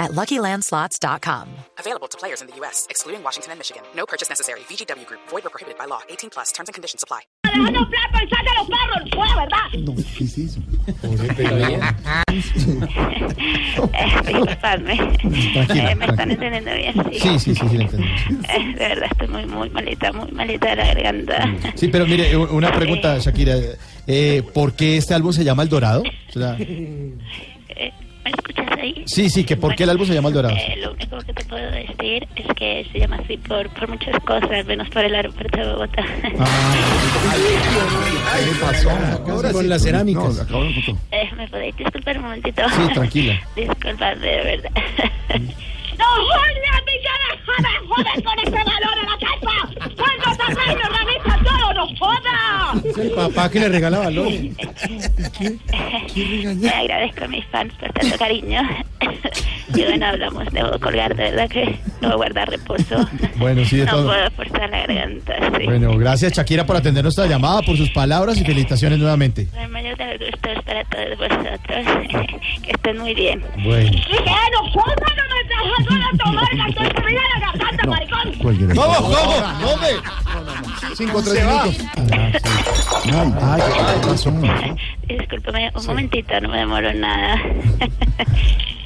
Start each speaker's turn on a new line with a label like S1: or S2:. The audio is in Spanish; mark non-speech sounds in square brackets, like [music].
S1: at luckylandslots.com.
S2: Available to players in the U.S., excluding Washington and Michigan. No purchase necessary. VGW Group, void or prohibited by law. 18 plus terms and conditions apply.
S3: Alejandro Plato, el saca los perros, fue verdad.
S4: No, ¿qué es eso?
S3: Eh, [laughs] Disculpadme,
S4: Tranquila,
S3: Eh, me están
S4: tranquila.
S3: entendiendo bien, sí.
S4: Sí, sí, sí, sí, la entendí.
S3: Eh, De verdad, estoy muy, muy malita, muy malita de la garganta.
S4: Sí, pero mire, eh, una pregunta, Shakira. Eh, ¿Por qué este álbum se llama El Dorado? O sea,
S3: Eh, ¿Me escuchas ahí?
S4: sí, sí, que ¿por qué el álbum se llama El Dorado?
S3: Eh, lo único que te puedo decir es que se llama así por, por muchas cosas, menos por el aeropuerto de Bogotá.
S4: Ah, Con las cerámicas.
S3: Eh, ¿Me podéis disculpar un momentito?
S4: Sí, tranquila.
S3: [laughs]
S4: Mm.
S3: Disculpadme, de verdad. [laughs] ¡No jodas, mi cara! ¡No jodas con este valor a la casa! ¡Cuando sabrá y organiza todo, no jodas!
S4: el papá que le regala balones.
S3: Le agradezco a mis fans por tanto cariño. [laughs] Y bueno, hablamos, debo colgar, de verdad que debo guardar reposo.
S4: Bueno, sí, de
S3: no
S4: todo.
S3: puedo forzar la garganta, sí.
S4: Bueno, gracias Shakira por atender nuestra llamada, por sus palabras y felicitaciones nuevamente.
S3: El mayor de los gustos para todos vosotros. [laughs] Que estén muy bien.
S4: Bueno.
S3: no, ¿cómo no me dejas a tomar la torta? Mira la garganta, maricón.
S4: ¿Cómo, cómo? ¿Dónde? Cinco, tres minutos. Ay, ¿qué pasó?
S3: [laughs] Discúlpame, un momentito, no me demoro nada. pues,